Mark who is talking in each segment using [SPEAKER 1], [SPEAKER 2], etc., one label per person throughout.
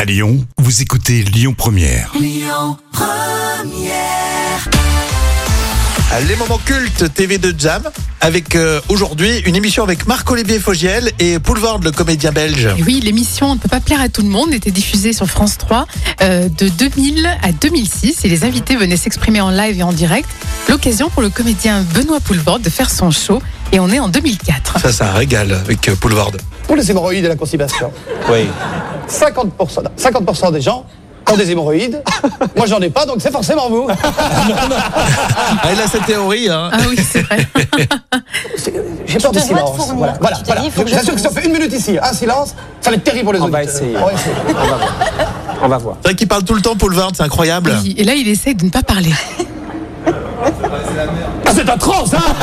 [SPEAKER 1] À Lyon, vous écoutez Lyon Première.
[SPEAKER 2] Les moments cultes TV de Jam avec euh, aujourd'hui une émission avec Marc-Olivier Fogiel et Boulevard le comédien belge.
[SPEAKER 3] Et oui, l'émission On ne peut pas plaire à tout le monde était diffusée sur France 3 euh, de 2000 à 2006 et les invités venaient s'exprimer en live et en direct. L'occasion pour le comédien Benoît Poulvord de faire son show et on est en 2004.
[SPEAKER 2] Ça, ça régale avec euh, Boulevard.
[SPEAKER 4] pour les hémorroïdes et la constipation.
[SPEAKER 2] Oui.
[SPEAKER 4] 50%, 50 des gens ont des hémorroïdes. Moi, j'en ai pas, donc c'est forcément vous.
[SPEAKER 2] Elle a cette théorie. Hein.
[SPEAKER 3] Ah oui, c'est vrai.
[SPEAKER 4] J'ai peur
[SPEAKER 5] te dois de
[SPEAKER 4] du silence.
[SPEAKER 5] fournir.
[SPEAKER 4] Voilà,
[SPEAKER 5] Tu
[SPEAKER 4] voilà.
[SPEAKER 5] t'es
[SPEAKER 4] voilà.
[SPEAKER 5] dit, il faut que je
[SPEAKER 4] J'assure que ça fait une minute ici. Un silence, ça va être terrible pour les auditeurs. On va essayer.
[SPEAKER 2] C'est vrai qu'il parle tout le temps, Boulevard, c'est incroyable.
[SPEAKER 3] Oui, Et là, il essaye de ne pas parler.
[SPEAKER 4] Ah, c'est atroce, hein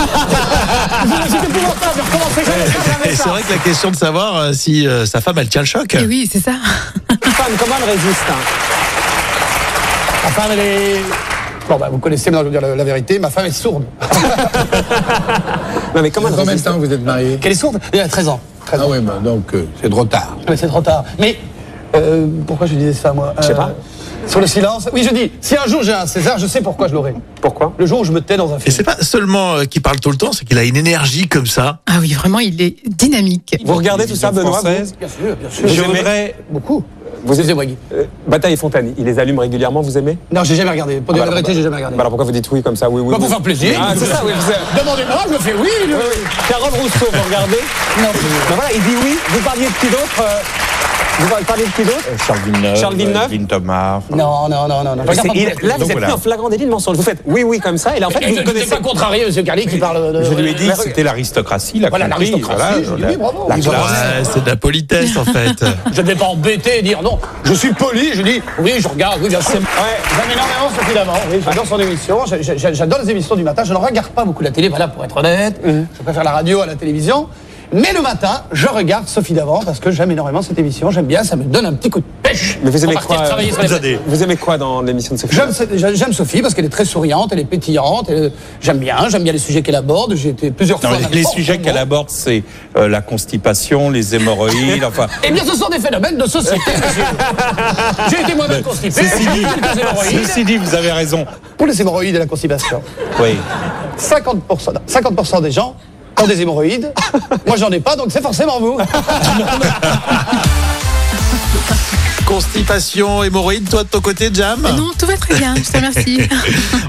[SPEAKER 4] C'est épouvantable, je recommencerai jamais ça, jamais
[SPEAKER 2] Et c'est
[SPEAKER 4] ça.
[SPEAKER 2] vrai que la question de savoir euh, si euh, sa femme, elle tient le choc.
[SPEAKER 3] Et Eh oui, c'est ça.
[SPEAKER 4] femme, comment elle résiste Ma femme, elle est... Bon, bah, vous connaissez maintenant, je vais vous dire la, la vérité, ma femme est sourde.
[SPEAKER 6] Non mais comment elle
[SPEAKER 7] Combien de
[SPEAKER 6] résiste
[SPEAKER 7] temps vous êtes mariés
[SPEAKER 4] Qu'elle est sourde Elle a 13 ans. 13 ans. Ah,
[SPEAKER 7] Ah oui, bah, donc euh, c'est trop tard.
[SPEAKER 4] Mais c'est trop tard. Mais euh, pourquoi je disais ça, moi Je
[SPEAKER 6] sais pas.
[SPEAKER 4] Sur le silence. Oui, je dis, si un jour j'ai un César, je sais pourquoi je l'aurai.
[SPEAKER 6] Pourquoi
[SPEAKER 4] Le jour où je me tais dans un
[SPEAKER 2] Et
[SPEAKER 4] film.
[SPEAKER 2] c'est pas seulement euh, qu'il parle tout le temps, c'est qu'il a une énergie comme ça.
[SPEAKER 3] Ah oui, vraiment, il est dynamique.
[SPEAKER 6] Vous regardez tout ça, Benoît vous
[SPEAKER 4] Bien sûr, bien sûr.
[SPEAKER 6] Vous aimez
[SPEAKER 4] Beaucoup.
[SPEAKER 6] Vous aimez
[SPEAKER 4] moi Guy.
[SPEAKER 6] Euh, Bataille et Fontaine, il les allume régulièrement, vous aimez
[SPEAKER 4] Non, j'ai jamais regardé. Pour dire la
[SPEAKER 6] alors,
[SPEAKER 4] vérité,
[SPEAKER 6] bah-
[SPEAKER 4] j'ai jamais regardé.
[SPEAKER 6] bah Alors pourquoi vous dites oui comme ça Oui, oui.
[SPEAKER 4] Bah,
[SPEAKER 6] oui.
[SPEAKER 4] pour faire plaisir.
[SPEAKER 6] Ah, c'est ça, oui. vous savez.
[SPEAKER 4] Demandez-moi, je me fais oui.
[SPEAKER 6] Oui, oui. Carole Rousseau, vous regardez Non. Ben voilà, il dit oui. Vous parliez de qui d'autre euh, Vous parliez de qui d'autre
[SPEAKER 8] Euh, Charles Villeneuve,
[SPEAKER 6] Charles Villeneuve.
[SPEAKER 8] Edwin Thomas. enfin,
[SPEAKER 4] Non, non, non, non. non.
[SPEAKER 6] C'est- il- Là,
[SPEAKER 8] Donc
[SPEAKER 6] vous êtes
[SPEAKER 8] voilà.
[SPEAKER 6] pris en flagrant délit de mensonge. Vous faites oui, oui comme ça, et là, en fait, vous ne connaissez pas.
[SPEAKER 4] contrarié, monsieur Carly, qui parle de.
[SPEAKER 8] Je lui ai dit que
[SPEAKER 6] Merci.
[SPEAKER 8] c'était l'aristocratie, la
[SPEAKER 4] Voilà,
[SPEAKER 8] compris,
[SPEAKER 4] l'aristocratie, je lui ai dit, bravo.
[SPEAKER 8] la
[SPEAKER 4] Ils ont
[SPEAKER 8] classe.
[SPEAKER 2] Ouais, c'est de la politesse, en fait.
[SPEAKER 4] Je ne vais pas embêter et dire non. Je suis poli, je dis oui, je regarde, oui, bien sûr. J'aime énormément Sophie Davant. Oui, j'adore son émission. J'a- j'a- J'adore les émissions du matin. Je ne regarde pas beaucoup la télé, voilà, pour être honnête. Je préfère la radio à la télévision. Mais le matin, je regarde Sophie Davant parce que j'aime énormément cette émission. J'aime bien, ça me donne un petit coup de pêche.
[SPEAKER 6] Mais vous aimez
[SPEAKER 4] Pour partir
[SPEAKER 6] quoi
[SPEAKER 4] travailler sur les
[SPEAKER 6] euh, Vous aimez quoi dans l'émission de Sophie
[SPEAKER 4] J'aime, ce- j'aime Sophie parce qu'elle est très souriante, elle est pétillante, elle- j'aime bien, j'aime bien les sujets qu'elle aborde, j'ai été plusieurs
[SPEAKER 8] Non,
[SPEAKER 4] fois...
[SPEAKER 8] les-
[SPEAKER 4] à la
[SPEAKER 8] les
[SPEAKER 4] porte,
[SPEAKER 8] sujets
[SPEAKER 4] moi.
[SPEAKER 8] qu'elle aborde, c'est euh, la constipation, les hémorroïdes, enfin.
[SPEAKER 4] Eh bien, ce sont des phénomènes de société, monsieur. J'ai été moi-même constipé,
[SPEAKER 8] Ceci
[SPEAKER 4] j'ai eu
[SPEAKER 8] dit,
[SPEAKER 4] quelques hémorroïdes.
[SPEAKER 8] ceci dit, vous avez raison.
[SPEAKER 4] Pour les hémorroïdes et la constipation,
[SPEAKER 8] Oui.
[SPEAKER 4] 50%, 50 des gens ont des hémorroïdes. Moi, j'en ai pas, donc c'est forcément vous.
[SPEAKER 2] Constipation, hémorroïde, toi de ton côté, Jam
[SPEAKER 3] Non, tout va très bien, je te remercie.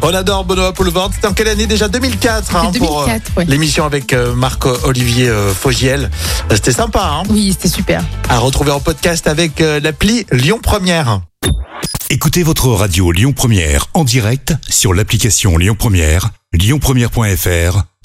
[SPEAKER 2] On adore Benoît Poulvord. C'était en quelle année déjà 2004, hein, pour euh,
[SPEAKER 3] 2004, ouais.
[SPEAKER 2] l'émission avec euh, Marc-Olivier euh, Fogiel. Euh, C'était sympa, hein
[SPEAKER 3] Oui, c'était super.
[SPEAKER 2] à retrouver en podcast avec euh, l'appli Lyon Première.
[SPEAKER 1] Écoutez votre radio Lyon Première en direct sur l'application Lyon Première, lyonpremière.fr